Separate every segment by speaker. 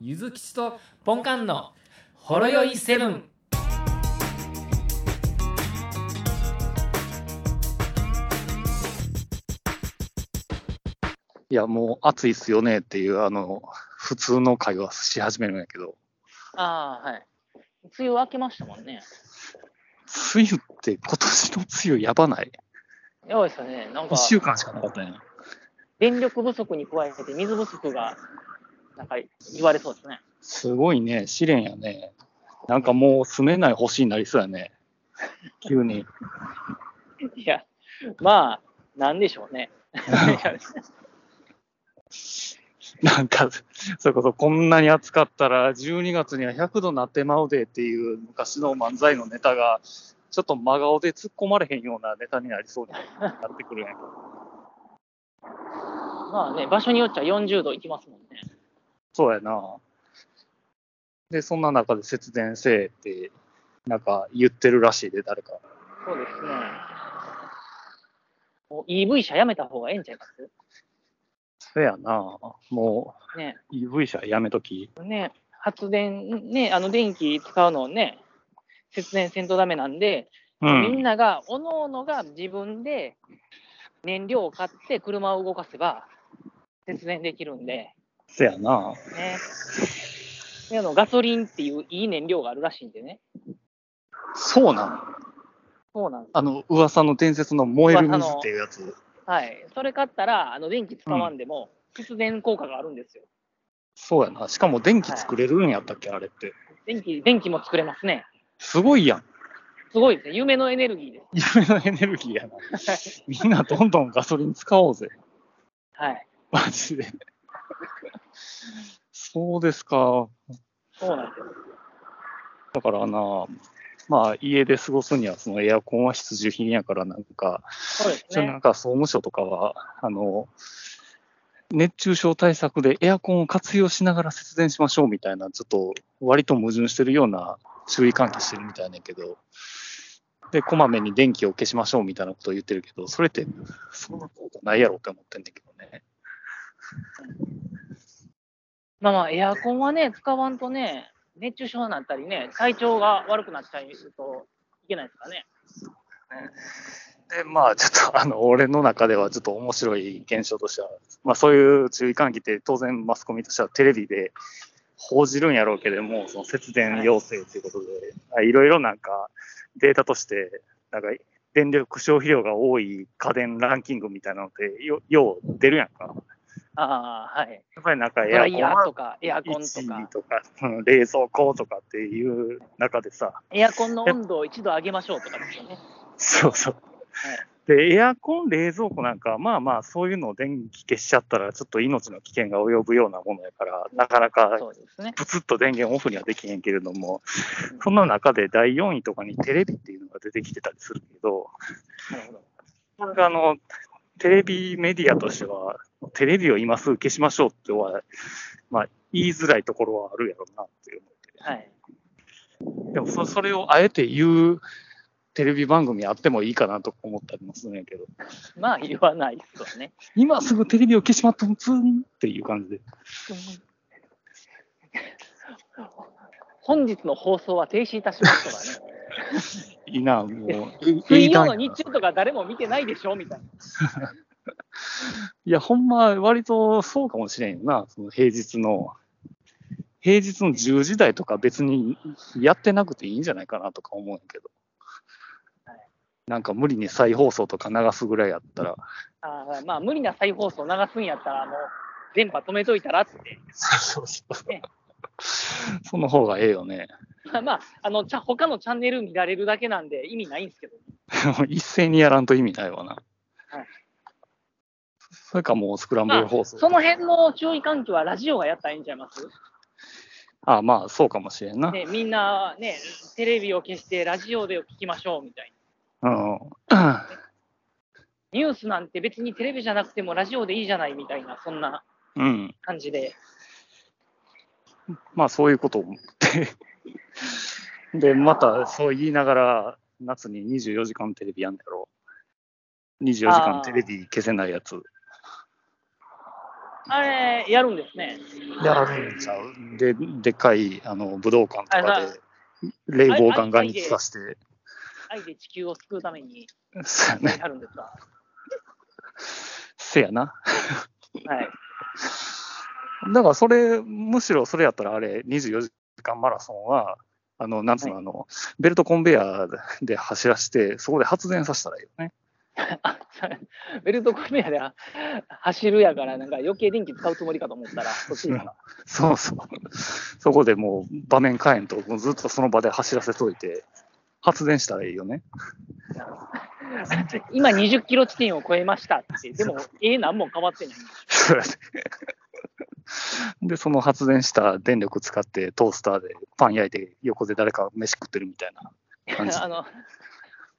Speaker 1: ゆずきちとポンカンのほろよいセブン。
Speaker 2: いや、もう暑いっすよねっていう、あの、普通の会話し始めるんやけど、
Speaker 3: ああ、はい。梅雨明けましたもんね。
Speaker 2: 梅雨って今年の梅雨やばない。
Speaker 3: やばいですよね。なんか
Speaker 2: 1、週間しかなかったね。
Speaker 3: 電力不足に加えて水不足が、なんか言われそうですね。
Speaker 2: すごいね、試練やね。なんかもう住めない星になりそうやね。急に。
Speaker 3: いや、まあ、なんでしょう ね。
Speaker 2: なんか、それこそこんなに暑かったら、12月には100度なってまうでっていう昔の漫才のネタが、ちょっと真顔で突っ込まれへんようなネタになりそうになってくるんやけど。
Speaker 3: まあね、場所によっちゃ40度いきますもんね。
Speaker 2: そうやな。で、そんな中で節電せえって、なんか言ってるらしいで、誰か。
Speaker 3: そうですね。もう EV 車やめた方がええんちゃいます
Speaker 2: そうやな。も
Speaker 3: ね。
Speaker 2: う EV 車やめとき。
Speaker 3: ね、発電、ね、あの電気使うのをね、節電せんとダメなんで、
Speaker 2: う
Speaker 3: みん
Speaker 2: ん。
Speaker 3: なが、おのおのが自分で燃料を買って車を動かせば節電できるんで、
Speaker 2: そうやな。
Speaker 3: ね。であのガソリンっていういい燃料があるらしいんでね。
Speaker 2: そうなん。
Speaker 3: そうなんです。
Speaker 2: あの、噂の伝説の燃える水っていうやつ。
Speaker 3: はい。それ買ったら、あの電気使わんでも節電効果があるんですよ。
Speaker 2: そうやな。しかも電気作れるんやったっけ、あれって。
Speaker 3: 電気、電気も作れますね。
Speaker 2: すごいやん。
Speaker 3: すごいですね。夢のエネルギーです。
Speaker 2: 夢のエネルギーやな。みんなどんどんガソリン使おうぜ。
Speaker 3: はい。
Speaker 2: マジで。そうですか。
Speaker 3: そうなんですよ。
Speaker 2: だからな、まあ、家で過ごすには、そのエアコンは必需品やから、なんか、
Speaker 3: そうです
Speaker 2: それ
Speaker 3: ね
Speaker 2: な。んか総務省とかは、あの、熱中症対策でエアコンを活用しながら節電しましょうみたいな、ちょっと割と矛盾してるような注意喚起してるみたいなんやけど、で、こまめに電気を消しましょうみたいなことを言ってるけど、それって、そんなことないやろって思ってんだけどね。
Speaker 3: まあまあ、エアコンはね、使わんとね、熱中症になったりね、体調が悪くなっちゃうといけないですからね。
Speaker 2: で、まあ、ちょっと、あの、俺の中ではちょっと面白い現象としては、まあ、そういう注意喚起って、当然、マスコミとしてはテレビで報じるんやろうけれども、その節電要請ということで、あいろいろなんか、データとして、なんか、電力消費量が多い家電ランキングみたいなのって、よよう出るやんか。
Speaker 3: ああ、はい。
Speaker 2: やっぱりなんか、
Speaker 3: ド
Speaker 2: エア
Speaker 3: ラ
Speaker 2: コ
Speaker 3: イ
Speaker 2: ン
Speaker 3: ヤー
Speaker 2: は
Speaker 3: とか、エアコンと
Speaker 2: 1位
Speaker 3: か、
Speaker 2: とか、うん冷蔵庫とかっていう中でさ、
Speaker 3: エアコンの温度を一度上げましょうとかですよね。
Speaker 2: そうそう。で、エアコン、冷蔵庫なんか、まあまあ、そういうのを電気消しちゃったら、ちょっと命の危険が及ぶようなものやから、なかなか
Speaker 3: そうです ね。
Speaker 2: プツッと電源オフにはできへんけれども、そんな中で第4位とかにテレビっていうのが出てきてたりするけど、
Speaker 3: なるほど。
Speaker 2: これがあの、テレビメディアとしては、テレビを今すぐ消しましょうっては、まあ、言いづらいところはあるやろうなっていう
Speaker 3: はい。
Speaker 2: でもそ、それをあえて言うテレビ番組あってもいいかなとか思ったりもするんやけど。
Speaker 3: まあ、言わないですよね。
Speaker 2: 今すぐテレビを消しまっても通にっていう感じで。
Speaker 3: 本日の放送は停止いたします とかね。
Speaker 2: いいな、もう。
Speaker 3: 水
Speaker 2: い
Speaker 3: 曜
Speaker 2: な
Speaker 3: の日中とか誰も見てないでしょみたいな。
Speaker 2: いや、ほんま、割とそうかもしれんよな、その平日の。平日の10時台とか別にやってなくていいんじゃないかなとか思うんやけど。なんか無理に再放送とか流すぐらいやったら。
Speaker 3: ああまあ、無理な再放送流すんやったら、もう、電波止めといたらって。
Speaker 2: そうそうそ
Speaker 3: ね
Speaker 2: う。 その方がええよね。
Speaker 3: まあまあ、あの、ちゃ他のチャンネル見られるだけなんで意味ないんですけど。
Speaker 2: もう一斉にやらんと意味ないわな。
Speaker 3: はい
Speaker 2: それかもうスクランブル放送。
Speaker 3: その辺の注意喚起はラジオがやったらいいんちゃいます
Speaker 2: ああ、まあそうかもしれ んな。
Speaker 3: ね、みんなね、テレビを消してラジオで聞きましょうみたい
Speaker 2: うん。
Speaker 3: な。ニュースなんて別にテレビじゃなくてもラジオでいいじゃないみたいな、そんな
Speaker 2: うん。
Speaker 3: 感じで。
Speaker 2: まあそういうことを思って。で、またそう言いながら、夏に24時間テレビやんだろう。24時間テレビ消せないやつ。
Speaker 3: あれ、やるんですね。
Speaker 2: やるんちゃうで、でっかいあの武道館とか
Speaker 3: あ
Speaker 2: で、冷房ガンガンに効かして、
Speaker 3: 愛で地球を救うために
Speaker 2: そうやね、
Speaker 3: やるんですか。
Speaker 2: せやな。
Speaker 3: はい。
Speaker 2: だからそれ、むしろそれやったら、あれ、24時間マラソンは、あの、なんつうの、
Speaker 3: は
Speaker 2: あの、ベルトコンベヤーで走らせて、そこで発電させたらいいよね。
Speaker 3: あベルトコンベヤーであ走るやから、なんか余計電気使うつもりかと思ったら、そっち が。
Speaker 2: そうそう。そこでもう場面変えんと、もうずっとその場で走らせといて、発電したらいいよね。
Speaker 3: 今20キロ地点を超えましたって、でも、ええ、何も変わってない。
Speaker 2: そうやねで、その発電した電力使って、トースターでパン焼いて、横で誰か飯食ってるみたいな感じ。
Speaker 3: あの、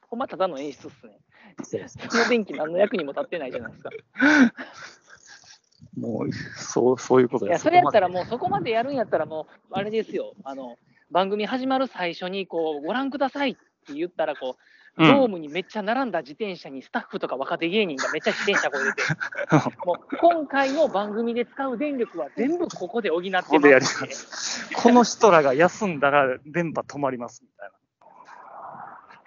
Speaker 3: ほんまただの演出っすね。
Speaker 2: そう
Speaker 3: その電気何の役にも立ってないじゃないですか。
Speaker 2: もう、そう、そういうこと
Speaker 3: い
Speaker 2: だよ
Speaker 3: や、それやったら
Speaker 2: こ
Speaker 3: もうそこまでやるんやったらもう、あれですよ、あの、番組始まる最初に、こう、ご覧くださいって言ったら、こう、
Speaker 2: うん
Speaker 3: ドームにめっちゃ並んだ自転車にスタッフとか若手芸人がめっちゃ自転車こいでて、 もう今回の番組で使う電力は全部ここで補ってます
Speaker 2: こでやり
Speaker 3: って
Speaker 2: ますこの人らが休んだら電波止まりますみ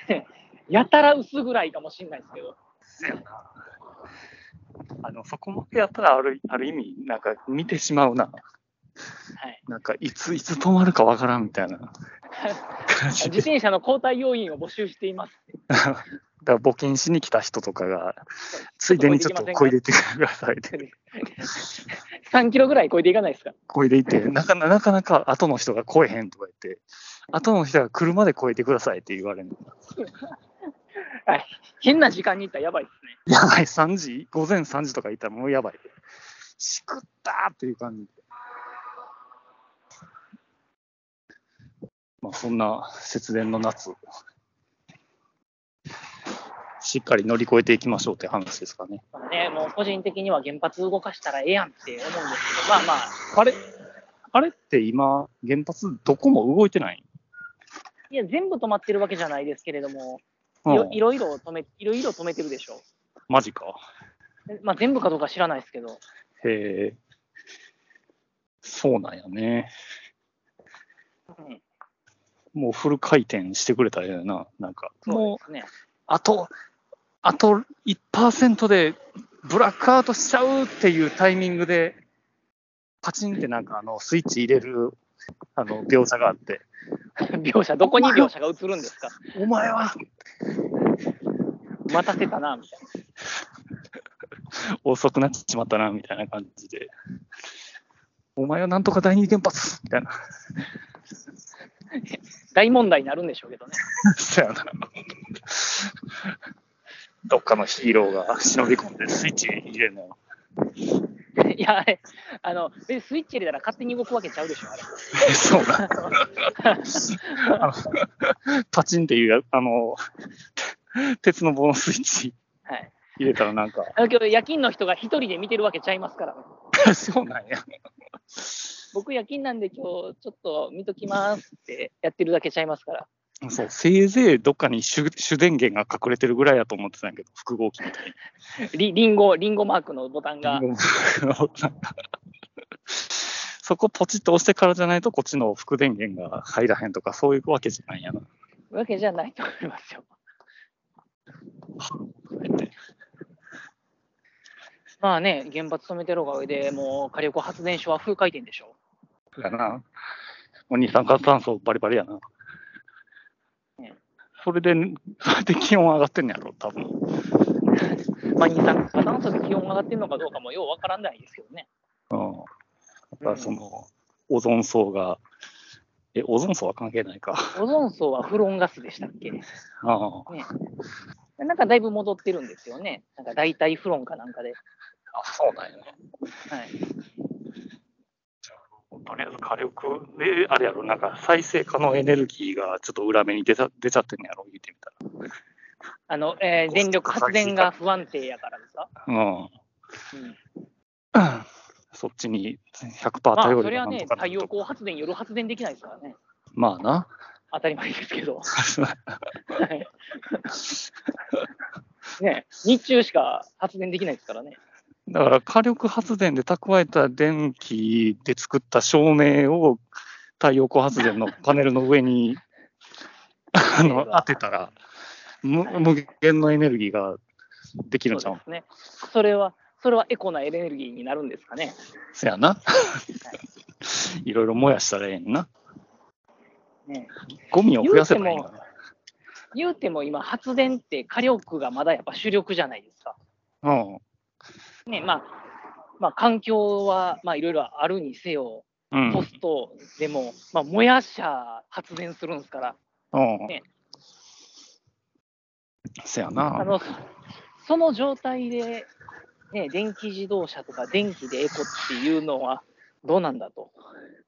Speaker 2: たいな。
Speaker 3: やたら薄ぐらいかもしれないですけ ど、
Speaker 2: あのそこまでやったらあるある意味、なんか見てしまうな。
Speaker 3: はい、
Speaker 2: なんかいつ、いつ止まるかわからんみたいな 感
Speaker 3: 自
Speaker 2: じで。だか
Speaker 3: 転車の交代要員を募集しています。
Speaker 2: ら募金しに来た人とかが、ついでにちょっとこいでいってくださいって。
Speaker 3: 3キロぐらい超えていかないですか
Speaker 2: こいで いって、なかなかなかなか後の人が来えへんとか言って、後の人が車で越えてくださいって言われるの。
Speaker 3: 変な時間に行ったらやばいですね。
Speaker 2: やばい、3時、午前3時とか行ったらもうやばい。しくったーっていう感じ。まあ、そんな節電の夏をしっかり乗り越えていきましょうって話ですかね。
Speaker 3: まあね、もう個人的には原発動かしたらええやんって思うんですけど、まあまあ、
Speaker 2: あれあれって今、原発どこも動いてない
Speaker 3: いや、全部止まってるわけじゃないですけれども、い
Speaker 2: うん
Speaker 3: ろいろいろ止めいろいろ止めてるでしょ
Speaker 2: マジか。
Speaker 3: う。まあ、全部かどうか知らないですけど、
Speaker 2: へえ。そうなんやね。
Speaker 3: うん、
Speaker 2: もうフル回転してくれたらええよな。なんか、
Speaker 3: そう
Speaker 2: もう
Speaker 3: ですね。
Speaker 2: あと、あと1%でブラックアウトしちゃうっていうタイミングで、パチンってなんかあのスイッチ入れるあの描写があって、
Speaker 3: 描写、どこに描写が映るんですか
Speaker 2: お前は
Speaker 3: 待たせたな、みたい
Speaker 2: 遅くなっちまったなみたいな感じで、お前はなんとか第二原発みたいな、
Speaker 3: な。大問題になるんでしょうけどね。
Speaker 2: そやな。どっかのヒーローが忍び込んでスイッチ入れるのよ。
Speaker 3: いや、あれ、あの、別にスイッチ入れたら勝手に動くわけちゃうでしょ、あれ。
Speaker 2: そうだ。あのパチンっていうや、あの、鉄の棒のスイッチ
Speaker 3: はい。
Speaker 2: 入れたらなんか、
Speaker 3: あの、けど夜勤の人が一人で見てるわけちゃいますから。
Speaker 2: そうなんや。
Speaker 3: 僕夜勤なんで今日ちょっと見ときますってやってるだけちゃいますから。
Speaker 2: そう、せいぜいどっかに主主電源が隠れてるぐらいやと思ってたんやけど、複合機みたい
Speaker 3: リリンゴ、リンゴマークのボタンが
Speaker 2: な。。なんか そこポチッと押してからじゃないと、こっちの副電源が入らへんとか、そういうわけじゃないんやな。
Speaker 3: わけじゃないと思いますよ。まあね、原発止めてるおかげで、もう火力発電所は風回転でしょ。
Speaker 2: だな。もう二酸化炭素バリバリやな
Speaker 3: ね。
Speaker 2: それで、それで気温上がってんねやろ、多分。
Speaker 3: まあ、二酸化炭素で気温が上がってるのかどうかもようわからないですけどね。
Speaker 2: うん。だからその、オゾン層が、え、オゾン層は関係ないか。
Speaker 3: オゾン層はフロンガスでしたっけ
Speaker 2: ああ、
Speaker 3: なんかだいぶ戻ってるんですよね。なんか大体フロンかなんかで。
Speaker 2: そうなんやね。
Speaker 3: はい、
Speaker 2: とりあえず火力で、あれやろ、なんか再生可能エネルギーがちょっと裏目に出た出ちゃってんねやろ、言ってみた
Speaker 3: あの、えー電力発電が不安定やからですか、
Speaker 2: ら。うん。
Speaker 3: うん、
Speaker 2: そっちに100%
Speaker 3: まあ、
Speaker 2: 頼
Speaker 3: それ
Speaker 2: りが
Speaker 3: は
Speaker 2: なん
Speaker 3: ね
Speaker 2: と、かな
Speaker 3: 太
Speaker 2: ん
Speaker 3: 陽
Speaker 2: とか
Speaker 3: 光発電、夜発電できないですからね。
Speaker 2: まあな。
Speaker 3: 当たり前ですけど。はい ね、日中しか発電できないですからね。
Speaker 2: だから 火力発電で蓄えた電気で作った照明を太陽光発電のパネルの上にあ の当てたら無、無限のエネルギーができるんちゃ
Speaker 3: そううですね。それは、それはエコなエネルギーになるんですかね。
Speaker 2: せやな。 いろいろ燃やしたらええんな。
Speaker 3: ね
Speaker 2: ゴミを増やせばいいんだな。
Speaker 3: 言うても今、発電って火力がまだやっぱ主力じゃないですか。
Speaker 2: うん。
Speaker 3: ね、まあ、まあ、環境はまあいろいろあるにせよ、
Speaker 2: う
Speaker 3: コ
Speaker 2: ん。
Speaker 3: ストでも、まあ、燃やしゃ発電するんですから、
Speaker 2: うん
Speaker 3: ね。
Speaker 2: せや
Speaker 3: あ
Speaker 2: な。
Speaker 3: のその状態で、ね、電気自動車とか電気でエコっていうのはどうなんだと、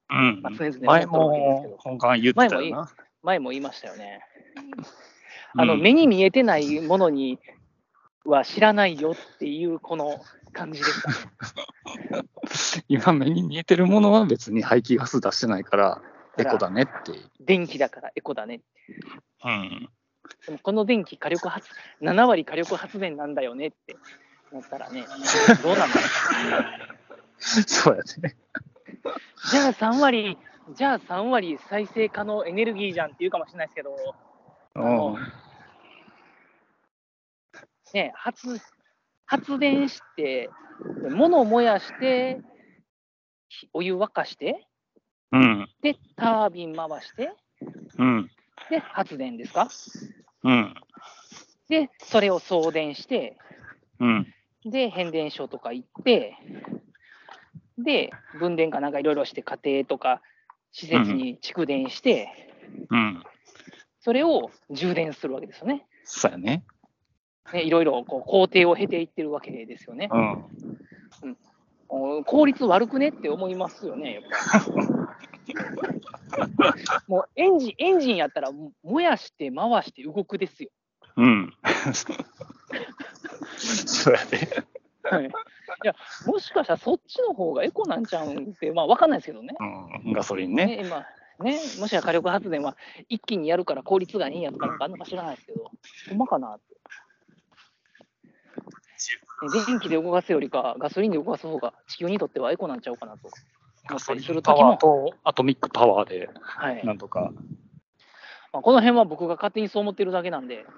Speaker 2: うん
Speaker 3: まあ、。常々思ってるわけで
Speaker 2: 前
Speaker 3: すけ
Speaker 2: も
Speaker 3: ど、
Speaker 2: 本館言ってたよな。
Speaker 3: 前も言いましたよね。あの、
Speaker 2: うん
Speaker 3: 目に見えてないものには知らないよっていうこの感じで したね。
Speaker 2: 今目に見えてるものは別に排気ガス出してないから、エ
Speaker 3: だか
Speaker 2: コ
Speaker 3: ら
Speaker 2: だねっていう。
Speaker 3: 電気だからエコだね。
Speaker 2: うん。
Speaker 3: でもこの電気火力発、7割火力発電なんだよねって思ったらね、どうなんだ ろう
Speaker 2: そうやね。
Speaker 3: じゃあ3割、じゃあ3割再生可能エネルギーじゃんって言うかもしれないですけど、
Speaker 2: うん。
Speaker 3: ね、発発電して、物を燃やして、ひお湯沸かして、
Speaker 2: うん。
Speaker 3: で、タービン回して、
Speaker 2: うん。
Speaker 3: で、発電ですか。
Speaker 2: うん。
Speaker 3: で、それを送電して、
Speaker 2: うん。
Speaker 3: で、変電所とか行って、で、分電かなんかいろいろして、家庭とか施設に蓄電して、
Speaker 2: うん。
Speaker 3: それを充電するわけですよね。
Speaker 2: そうやね。
Speaker 3: ね、いろいろこう工程を経ていってるわけですよね。
Speaker 2: うん。
Speaker 3: お効率悪くねって思いますよね、やっぱ。もうエンジン、エンジンやったら、も燃やして回して動くですよ。
Speaker 2: うん。そうやね。
Speaker 3: はい、いや、もしかしたらそっちの方がエコなんちゃうんって、まあ分かんないですけどね。
Speaker 2: うん。ガソリンね。
Speaker 3: ね、今、ね、もしや火力発電は一気にやるから効率がいいんやとかなんかあんのか知らないですけど、ほんまかなって。ね電気で動かすよりか、ガソリンで動かす方が地球にとってはエコなんちゃうかなと。
Speaker 2: ガソリ
Speaker 3: する
Speaker 2: ン
Speaker 3: 時
Speaker 2: パ
Speaker 3: も
Speaker 2: ワーとアトミックパワーで、
Speaker 3: はい
Speaker 2: なんとか。
Speaker 3: まあ、この辺は僕が勝手にそう思ってるだけなんで、
Speaker 2: だか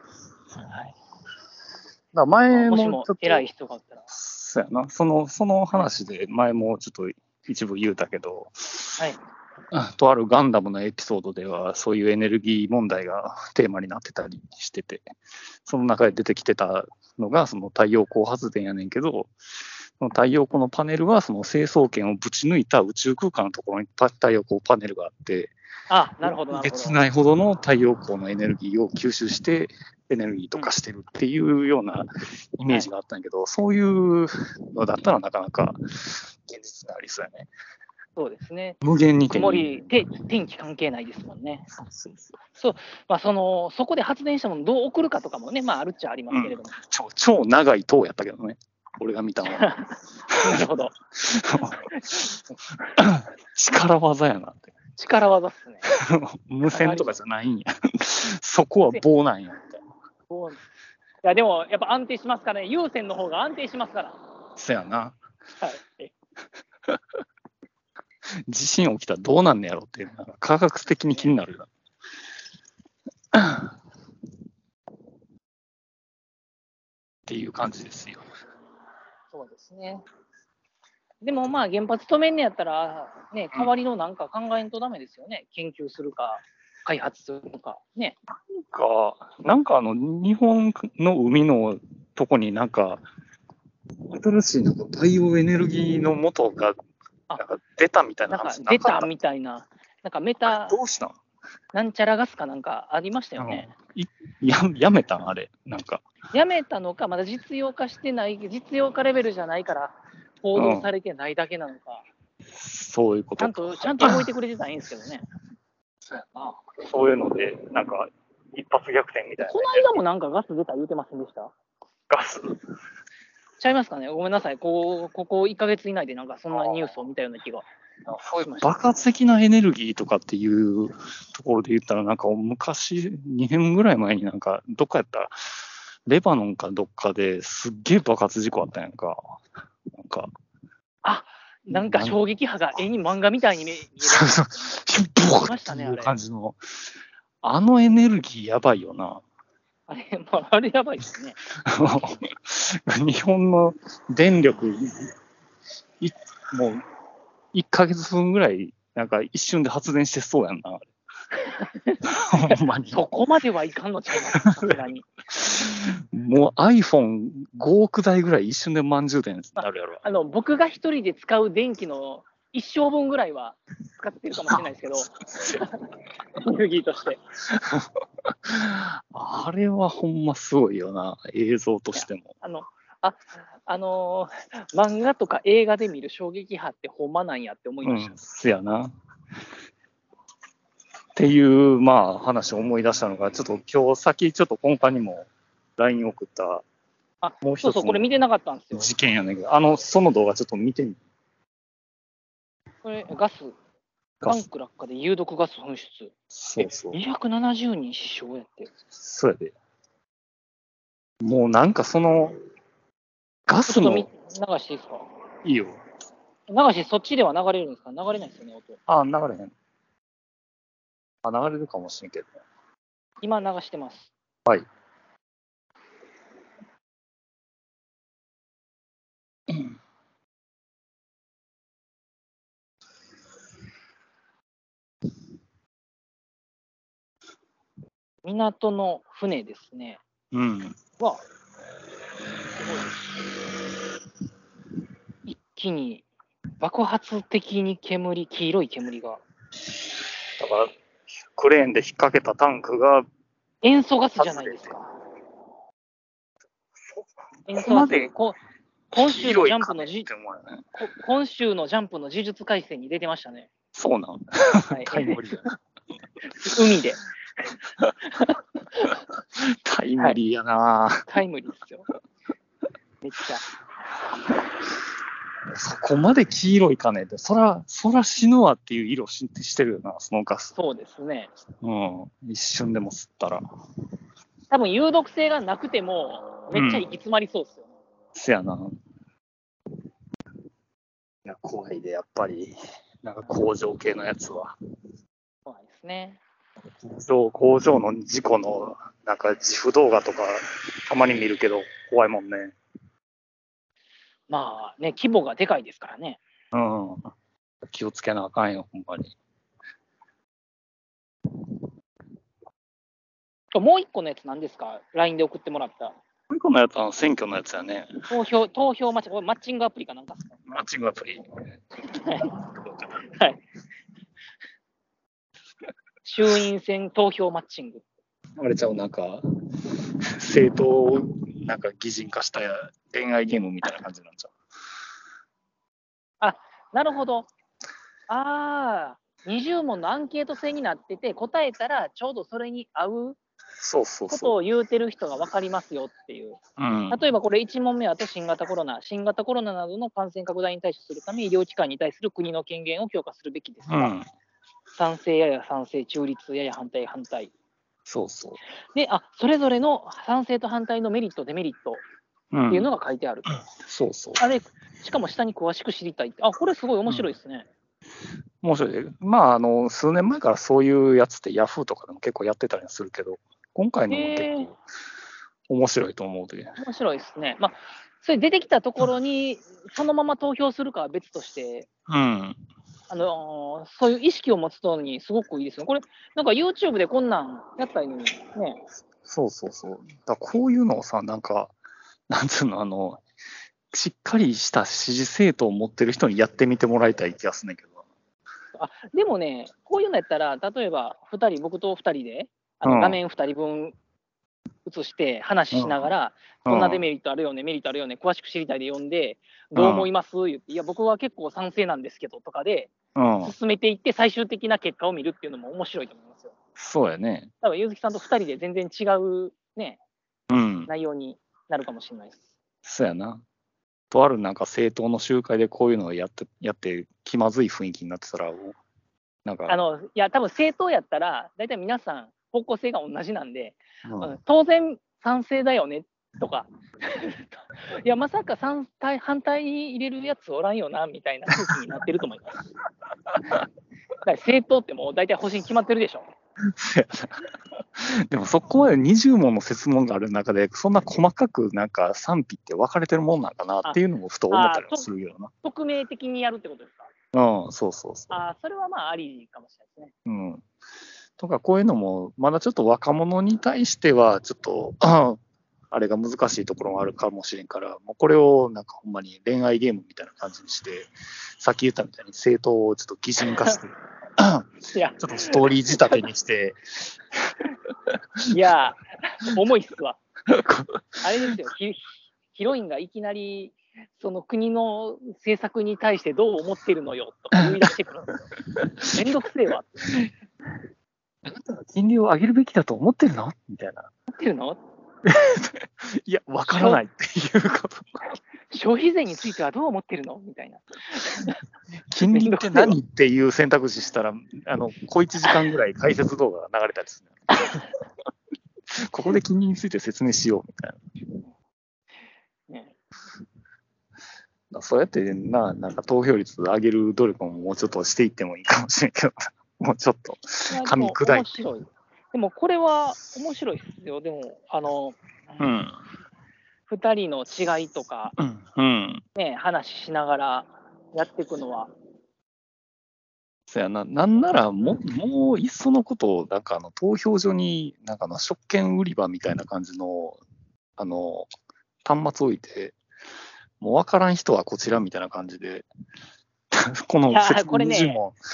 Speaker 2: ら
Speaker 3: も
Speaker 2: 前も
Speaker 3: し
Speaker 2: ち
Speaker 3: も
Speaker 2: ょっと、
Speaker 3: 偉い人がおったら。
Speaker 2: そうやな。その、その話で前もちょっと一部言うたけど、
Speaker 3: はい、
Speaker 2: とあるガンダムのエピソードでは、そういうエネルギー問題がテーマになってたりしてて、その中で出てきてたのが、その太陽光発電やねんけど、その太陽光のパネルは、その成層圏をぶち抜いた宇宙空間のところにパ太陽光パネルがあって、
Speaker 3: あ、なるほど、なる
Speaker 2: え
Speaker 3: ほ
Speaker 2: つ
Speaker 3: ど。
Speaker 2: ないほどの太陽光のエネルギーを吸収して、エネルギーとかしてるっていうようなイメージがあったんやけど、そういうのだったらなかなか現実になりそうやね。
Speaker 3: そうですね。
Speaker 2: 無限に手に
Speaker 3: 曇りて、天気関係ないですもんね。
Speaker 2: そうそうそう
Speaker 3: まあ、その、そこで発電したものどう送るかとかもね、まあ、あるっちゃありますけれども。
Speaker 2: 超超長い塔やったけどね、俺が見たのは。
Speaker 3: なるほど。
Speaker 2: 力技やなって。
Speaker 3: 力技っすね。
Speaker 2: 無線とかじゃないん や。そこは棒なんやみたいな。
Speaker 3: そういや、でも、やっぱ安定しますからね。優先の方が安定しますから。
Speaker 2: そやな。
Speaker 3: はい。
Speaker 2: 地震起きたらどうなんねやろっていうのが科学的に気になるよな。っていう感じですよ。
Speaker 3: そうですね。でもまあ原発止めんねやったら、ね、代わりのなんか考えんとダメですよね。研究するか、開発するのか。ね。
Speaker 2: が、なんかあの、日本の海のとこになんか、新しいなんかバイオエネルギーの元が、
Speaker 3: あ
Speaker 2: なんか出たみたい
Speaker 3: な
Speaker 2: なん
Speaker 3: か
Speaker 2: 話
Speaker 3: 出
Speaker 2: かった
Speaker 3: みたいな、なんかメ
Speaker 2: あ
Speaker 3: タ
Speaker 2: れどうしたん
Speaker 3: なんちゃらガスかなんかありましたよね。
Speaker 2: ややめたんあれ、なんか。
Speaker 3: やめたのか、まだ実用化してない、実用化レベルじゃないから、報道されてないだけなのか、
Speaker 2: そういうこ
Speaker 3: ちゃ
Speaker 2: と
Speaker 3: ん。とちゃんと動いてくれてたらいいんですけどね。
Speaker 2: そういうので、なんか、一発逆転みたいな。
Speaker 3: この間もなんかガス出た言うてませんでした
Speaker 2: ガス。
Speaker 3: ちゃいますかねごめんなさい。こうここ1ヶ月以内でなんかそんなニュースを見たような気が。
Speaker 2: そういう爆発的なエネルギーとかっていうところで言ったら、なんか昔、2年ぐらい前になんか、どっかやったら、レバノンかどっかですっげえ爆発事故あったやんか。なんか、
Speaker 3: なんか衝撃波が絵に漫画みたいに見え見える。
Speaker 2: そうそう、ヒュッボーっていう感じの、あのエネルギーやばいよな。
Speaker 3: あれ、まあ、あれやばいですね。
Speaker 2: 日本の電力、いもう、1ヶ月分ぐらい、なんか一瞬で発電してそうやんな、あれほんまに。
Speaker 3: そこまではいかんのちゃいます、さすがに。
Speaker 2: もう iPhone5 億台ぐらい一瞬で満充電になるやろ。
Speaker 3: あの、僕が一人で使う電気の一生分ぐらいは使ってるかもしれないですけど、エネルギーとして。
Speaker 2: あれはほんますごいよな、映像としても。
Speaker 3: あの、あ、あのー漫画とか映画で見る衝撃波ってほんまなんやって思いうました。
Speaker 2: ん、せやな。っていう、まあ、話を思い出したのが、ちょっと今日先、ちょっと今回にも LINE 送った、
Speaker 3: あ
Speaker 2: もう一
Speaker 3: そう
Speaker 2: つ
Speaker 3: そ
Speaker 2: の
Speaker 3: う、これ見てなかったんですよ。
Speaker 2: 事件やねんけど、あの、その動画ちょっと見てみ
Speaker 3: これ、ガス、
Speaker 2: ガ
Speaker 3: タ
Speaker 2: ス
Speaker 3: ンク落下で有毒ガス噴出。
Speaker 2: そうそう。
Speaker 3: 270人死傷やって。
Speaker 2: そうやで。もうなんかその、ガ
Speaker 3: ち
Speaker 2: ス
Speaker 3: ょっと
Speaker 2: の、
Speaker 3: み流
Speaker 2: い
Speaker 3: していいですか
Speaker 2: いよ。
Speaker 3: 流して、そっちでは流れるんですか流れないですよね、音。
Speaker 2: あ、流れへん。あ、流れるかもしれんけど。
Speaker 3: 今流してます。
Speaker 2: はい。
Speaker 3: 港の船ですね。
Speaker 2: うん。
Speaker 3: わ一気に爆発的に煙、黄色い煙が。
Speaker 2: だから、クレーンで引っ掛けたタンクが、
Speaker 3: 塩素ガスじゃないですか。塩素
Speaker 2: こま
Speaker 3: ガ
Speaker 2: で
Speaker 3: ス。こ今週のジャンプのじ
Speaker 2: 広い壁って思うよね。
Speaker 3: こ今週のジャンプの呪術廻戦に出てましたね。
Speaker 2: そうなん。
Speaker 3: はい、
Speaker 2: タイムリーやな。
Speaker 3: 海で。
Speaker 2: タイムリーやな、
Speaker 3: タイムリーですよ。めっちゃ。
Speaker 2: そこまで黄色いかねって、そら、そら死ぬわっていう色ししてるよな、そのガス。
Speaker 3: そうですね。
Speaker 2: うん。一瞬でも吸ったら。
Speaker 3: 多分有毒性がなくても、めっちゃ行き詰まりそうですよね。
Speaker 2: せやな。いや、怖いで、やっぱり。なんか工場系のやつは。
Speaker 3: そうですね。
Speaker 2: そう工場の事故の、なんか自負動画とか、たまに見るけど、怖いもんね。
Speaker 3: まあね、規模がでかいですからね。
Speaker 2: うん。気をつけなあかんよ、ほんまに。
Speaker 3: もう一個のやつ何ですか ?LINE で送ってもらった。
Speaker 2: これこのやつは選挙のやつやね。
Speaker 3: 投票、投票マッチ、これマッチングアプリかなんかっすか
Speaker 2: マッチングアプリ。
Speaker 3: 衆院選投票マッチング。
Speaker 2: あれちゃう、なんか、政党をなんか擬人化した恋愛ゲームみたいな感じなんちゃ
Speaker 3: なるほど。ああ、20問のアンケート制になってて、答えたらちょうどそれに合う
Speaker 2: うそうそう
Speaker 3: こと
Speaker 2: そう。
Speaker 3: を言うてる人が分かりますよっていう。
Speaker 2: うん。
Speaker 3: 例えばこれ1問目はと新型コロナ、新型コロナなどの感染拡大に対処するため、医療機関に対する国の権限を強化するべきです
Speaker 2: う
Speaker 3: が、
Speaker 2: ん。
Speaker 3: 賛成やや賛成、中立やや反対、反対。
Speaker 2: そうそ
Speaker 3: で、あ、それぞれの賛成と反対のメリット、デメリット
Speaker 2: う。うん
Speaker 3: っていうのが書いてある。
Speaker 2: そうそう。
Speaker 3: あれ、しかも下に詳しく知りたいって。あ、これすごい面白いですね。
Speaker 2: 面白いね。まあ、あの、数年前からそういうやつって Yahoo とかでも結構やってたりするけど、今回のも結
Speaker 3: へー
Speaker 2: 構面白いと思うで。
Speaker 3: 面白いですね。まあ、それ出てきたところに、そのまま投票するかは別として、
Speaker 2: うん。
Speaker 3: あのーそういう意識を持つのにすごくいいですよ。これ、なんか YouTube でこんなんやったらいいのにね。
Speaker 2: そうそうそう。だからこういうのをさ、なんか、なんつうの、あの、しっかりした支持政党を持ってる人にやってみてもらいたい気がするんだけど。
Speaker 3: でもね、こういうのやったら、例えば2人、僕と2人で、あ
Speaker 2: うん
Speaker 3: の画面2人分映して話しながら、こんなデメリットあるよね、メリットあるよね、詳しく知りたいで読んで、どう思います言って、いや、僕は結構賛成なんですけどとかで、
Speaker 2: うん。うん。
Speaker 3: 進めていって、最終的な結果を見るっていうのも面白いと思いますよ。
Speaker 2: そうやね。
Speaker 3: 多分、ゆずきさんと2人で全然違う、ね、
Speaker 2: うん。
Speaker 3: 内容になるかもしれないです。
Speaker 2: そうやな。とあるなんか政党の集会でこういうのをやって、やって気まずい雰囲気になってたら、なんか、
Speaker 3: あのいや、多分政党やったら、大体皆さん、方向性が同じなんで、
Speaker 2: うん
Speaker 3: うん当然、賛成だよねとか、 いや、まさか反対反対に入れるやつおらんよな、みたいな空気になってると思います。だから政党ってもう大体方針決まってるでしょ。
Speaker 2: せやなでもそこまで20問の説問がある中で、そんな細かくなんか賛否って分かれてるもんなんかなっていうのもふと思ったりもするよな。
Speaker 3: 匿名的にやるってことですか。
Speaker 2: うん、そうそうそ
Speaker 3: ああ、それはまあありかもしれないですね。
Speaker 2: う。うん、とか、こういうのも、まだちょっと若者に対しては、ちょっと、 うんあれが難しいところもあるかもしれんから、もうこれをなんかほんまに恋愛ゲームみたいな感じにして、さっき言ったみたいに政党をちょっと擬人化して、
Speaker 3: いや、
Speaker 2: ちょっとストーリー仕立てにして、
Speaker 3: いや、重いっすわ。あれですよ、ヒヒロインがいきなり、その国の政策に対してどう思ってるのよ とか言い出してくるんですよ。めんどくせえわ。
Speaker 2: 金利を上げるべきだと思ってるのみたいな。
Speaker 3: 思ってるの
Speaker 2: いや、わからないっていうこと。
Speaker 3: 消費税についてはどう思ってるのみたいな。
Speaker 2: 金利って何っていう選択肢したら、あの小1時間ぐらい解説動画が流れたりす る。ここで金利について説明しようみたいな。
Speaker 3: ね
Speaker 2: まあそうやってな、なんか投票率上げる努力ももうちょっとしていってもいいかもしれんけどな、もうちょっと。
Speaker 3: いやでも
Speaker 2: 噛み砕いて
Speaker 3: 面白い。でもこれは面白いですよ。でも、あの、
Speaker 2: うん。
Speaker 3: 2人の違いとか、
Speaker 2: うん。うん。
Speaker 3: ね、話しながらやっていくのは、
Speaker 2: そやな、なんならも、もういっそのことを、なんかあの投票所に、なんかあの食券売り場みたいな感じの、あの、端末置いて、もう分からん人はこちらみたいな感じで、 この
Speaker 3: いや
Speaker 2: 説
Speaker 3: これね
Speaker 2: 20問流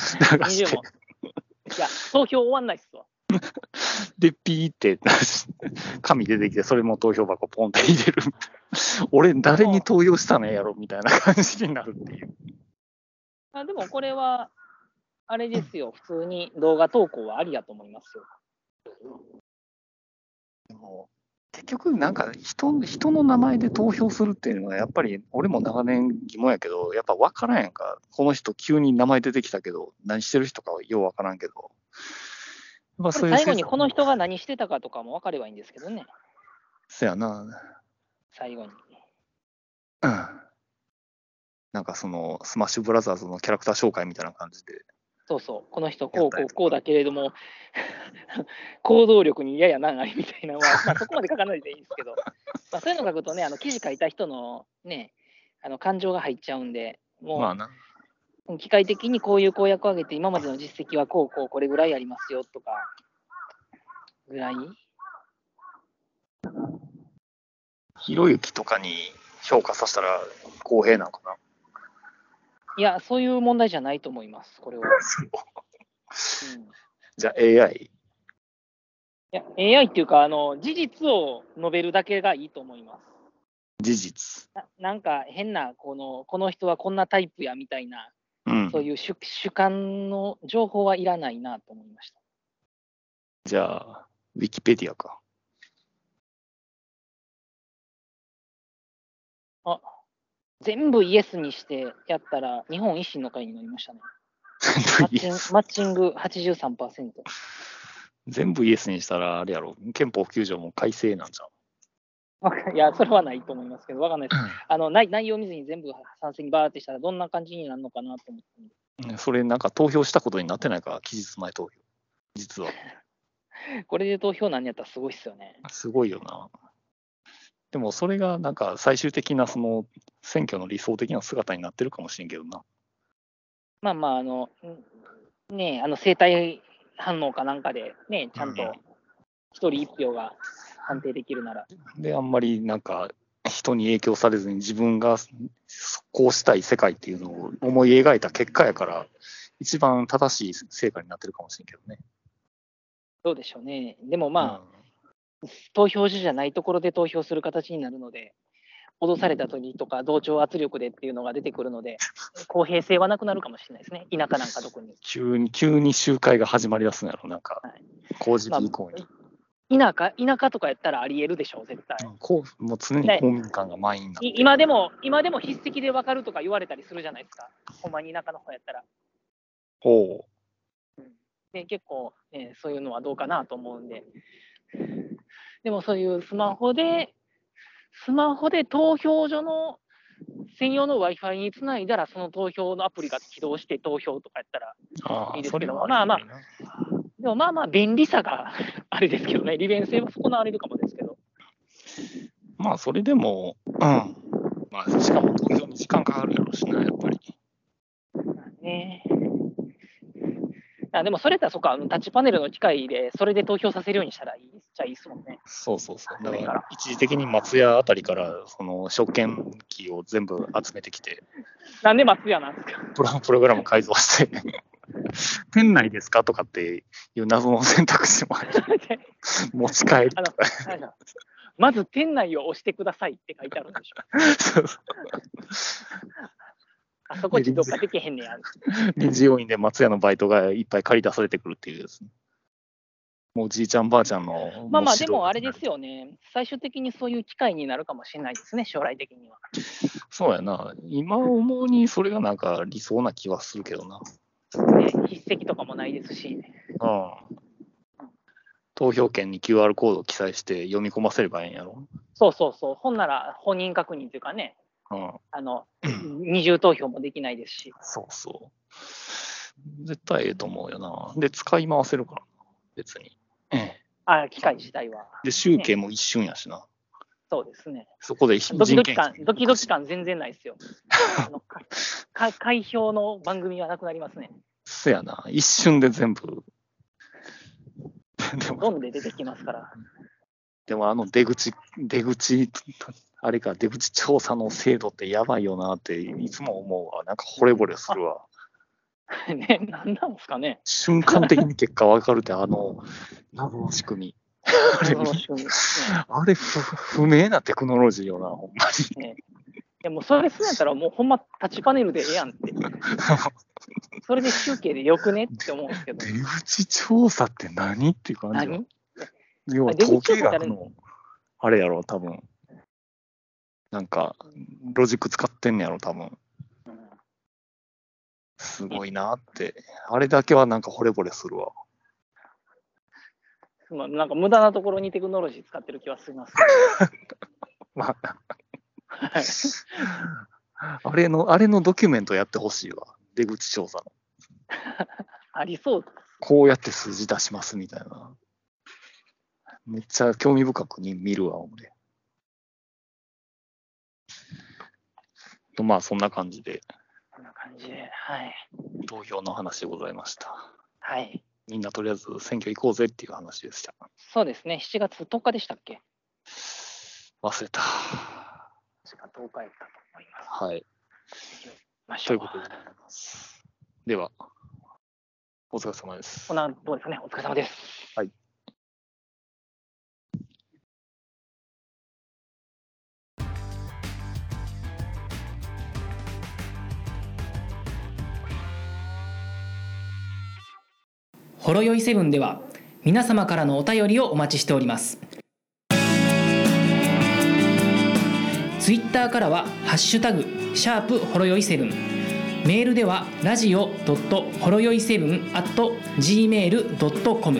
Speaker 2: し
Speaker 3: 20
Speaker 2: て
Speaker 3: 問、。いや、投票終わんないっすわ。
Speaker 2: で、ピーって、紙出てきて、それも投票箱ポンって入れるみたいな。俺、誰に投票したのやろみたいな感じになるっていう。
Speaker 3: あでもこれは、あれですよ、普通に動画投稿はありやと思いますよ。
Speaker 2: でも結局、なんか人人の名前で投票するっていうのは、やっぱり俺も長年疑問やけど、やっぱ分からんやんか、この人、急に名前出てきたけど、何してる人かはよう分からんけど、やっぱそういう
Speaker 3: 最後にこの人が何してたかとかも分かればいいんですけどね、
Speaker 2: せやな、
Speaker 3: 最後に。
Speaker 2: うん、なんかその、スマッシュブラザーズのキャラクター紹介みたいな感じで、
Speaker 3: そうそう、この人、こう、こう、こうだけれども、 行動力にやや難ありみたいな のは、まあ、そこまで書かないでいいんですけど、まあ、そういうの書くとね、あの記事書いた人のね、あの感情が入っちゃうんで、
Speaker 2: まあ
Speaker 3: も
Speaker 2: な、
Speaker 3: う機械的にこういう公約を上げて、今までの実績はこう、こう、これぐらいありますよとか、ぐらい。
Speaker 2: ひろゆきとかに評価させたら公平なのかな。
Speaker 3: いや、そういう問題じゃないと思います、これ は。うん
Speaker 2: じゃあ AI?
Speaker 3: いや AI っていうかあの、事実を述べるだけがいいと思います。
Speaker 2: 事実。
Speaker 3: ななんか変なこの、この人はこんなタイプやみたいな、
Speaker 2: うん
Speaker 3: そういう主主観の情報はいらないなと思いました。
Speaker 2: じゃあ、ウィキペディアか。
Speaker 3: 全部イエスにしてやったら、日本維新の会になりま したね。マッチングマッチング83%。
Speaker 2: 全部イエスにしたら、あれやろ、憲法9条も改正なんじ
Speaker 3: わか いや、それはないと思いますけど、わかんないです。あの内内容見ずに全部賛成にバーってしたら、どんな感じになるのかなと思って。
Speaker 2: ゃん。それ、なんか投票したことになってないから、期日前投票。実は。
Speaker 3: これで投票なんやったらすごいっすよね。
Speaker 2: すごいよな。でも、それがなんか最終的な、その、選挙の理想的な姿になってるかもしれんけどな。
Speaker 3: まあまあ、あの、んねえ、あの生体反応かなんかで、ねえ、ちゃん
Speaker 2: うん
Speaker 3: と一人一票が判定できるなら。
Speaker 2: で、あんまりなんか、人に影響されずに自分がこうしたい世界っていうのを思い描いた結果やから、一番正しい成果になってるかもしれんけどね。
Speaker 3: どうでしょうね。でもまあ、投票所じゃないところで投票する形になるので、脅された時とか、同調圧力でっていうのが出てくるので、公平性はなくなるかもしれないですね。田舎なんか特に。
Speaker 2: 急に、急に集会が始まりだすんやろ、なんか
Speaker 3: はい、
Speaker 2: 工事
Speaker 3: まあ
Speaker 2: 以降に。
Speaker 3: 田舎、田舎とかやったらありえるでしょう、絶対。
Speaker 2: うんこうもう常に
Speaker 3: ね
Speaker 2: 公民館が満員になって
Speaker 3: い今でも、今でも筆跡でわかるとか言われたりするじゃないですか。ほんまに田舎の方やったら。
Speaker 2: ほ
Speaker 3: ね、結構、ね、そういうのはどうかなと思うんで。でもそういうスマホで、スマホで投票所の専用の Wi-Fi につないだら、その投票のアプリが起動して投票とかやったら、
Speaker 2: あ
Speaker 3: いい
Speaker 2: あ、
Speaker 3: です
Speaker 2: そ
Speaker 3: け
Speaker 2: れ
Speaker 3: ど
Speaker 2: は
Speaker 3: まあまあ
Speaker 2: いいな
Speaker 3: でもまあまあ、便利さが あれですけどね、利便性は損なわれるかもですけど、
Speaker 2: まあ、それでも、うん。まあ、しかも投票に時間かかるやろうしな、やっぱり。
Speaker 3: ねあでもそれやったら、そっか、あのタッチパネルの機械で、それで投票させるようにしたらいいっちゃいいですもんね。
Speaker 2: そうそうそう。だか
Speaker 3: だから
Speaker 2: ら、一時的に松屋あたりから、その、食券機を全部集めてきて、
Speaker 3: なんで松屋なんですか
Speaker 2: プロプログラム改造して、 店内ですかとかっていう謎の選択肢 もあり、持ち帰り とか。
Speaker 3: あのまず店内を押してくださいって書いてあるんで しょ。
Speaker 2: そうそう
Speaker 3: あそこ自動化できへんねや。
Speaker 2: 臨時要員で松屋のバイトがいっぱい借り出されてくるっていうですね。もうじいちゃんばあちゃんの。
Speaker 3: まあまあ、
Speaker 2: う指導
Speaker 3: でもあれですよね、最終的にそういう機会になるかもしれないですね、将来的には。
Speaker 2: そうやな。今思うにそれがなんか理想な気はするけどな。
Speaker 3: ね、筆跡とかもないですし、
Speaker 2: うん。投票券に QR コードを記載して読み込ませればいいんやろ。
Speaker 3: そうそうそう、ほんなら本人確認というかね、
Speaker 2: うん。
Speaker 3: あ の二重投票もできないですし、
Speaker 2: そうそう。絶対ええと思うよな。で、使い回せるからな、別に。ええ
Speaker 3: あ機械自体は。
Speaker 2: で、集計も一瞬やしな。
Speaker 3: そうですね。
Speaker 2: そこで
Speaker 3: ドキ
Speaker 2: 人
Speaker 3: ド
Speaker 2: 件
Speaker 3: キ
Speaker 2: 費
Speaker 3: 感、ドキドキ感全然ないですよ。あのかか開票の番組はなくなりますね。
Speaker 2: せやな。一瞬で全部。でも、
Speaker 3: ドンで出てきますから。
Speaker 2: でもあの出口、出口、あれか、出口調査の制度ってやばいよなって、いつも思うわ。なんか惚れ惚れするわ。
Speaker 3: ね、なんなんですかね。
Speaker 2: 瞬間的に結果わかるって、あの、謎の仕組み。あれ
Speaker 3: そ、の仕組みね
Speaker 2: あれ不、不明なテクノロジーよな、ほんまに。
Speaker 3: いやもうそれすんやったら、もうほんまタッチパネルでええやんって。それで集計でよくねって思うんですけど。
Speaker 2: 出口調査って 何っていう感じよ
Speaker 3: 何
Speaker 2: 要は
Speaker 3: あ出
Speaker 2: 統
Speaker 3: 口調
Speaker 2: 計
Speaker 3: 査ってあ
Speaker 2: 学
Speaker 3: れ
Speaker 2: のあれやろ多分なんかロジック使ってんねやろ多分すごいなってあれだけはなんか惚れ惚れするわ
Speaker 3: まあ、なんか無駄なところにテクノロジー使ってる気はします。
Speaker 2: まあ
Speaker 3: はい
Speaker 2: あれのあれのドキュメントやってほしいわ出口調査の
Speaker 3: ありそうです。
Speaker 2: こうやって数字出しますみたいなめっちゃ興味深くに見るわ俺とまあそんな感じで
Speaker 3: こんな感じで。はい。
Speaker 2: 投票の話でございました。
Speaker 3: はい。
Speaker 2: みんなとりあえず選挙行こうぜっていう話でした。
Speaker 3: そうですね。7月10日でしたっけ
Speaker 2: 忘れた。
Speaker 3: 確か10日やったと思います。
Speaker 2: はい。
Speaker 3: まし
Speaker 2: と
Speaker 3: ょ
Speaker 2: いううことでございます。では、お疲れ様です
Speaker 3: こん。なとこですかね。お疲れ様です。
Speaker 2: はい。
Speaker 1: ほろよいセブンでは皆様からのお便りをお待ちしておりますツイッターからは「ハッシュタグシャープほろよいセブン」メールではラジオドットほろよいセブン at gmail.com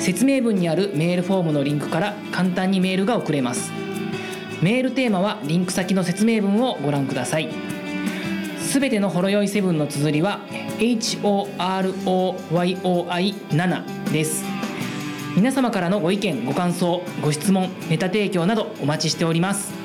Speaker 1: 説明文にあるメールフォームのリンクから簡単にメールが送れますメールテーマはリンク先の説明文をご覧くださいすべてのほろ酔いセブンの綴りは HOROYOI7 です皆様からのご意見ご感想ご質問ネタ提供などお待ちしております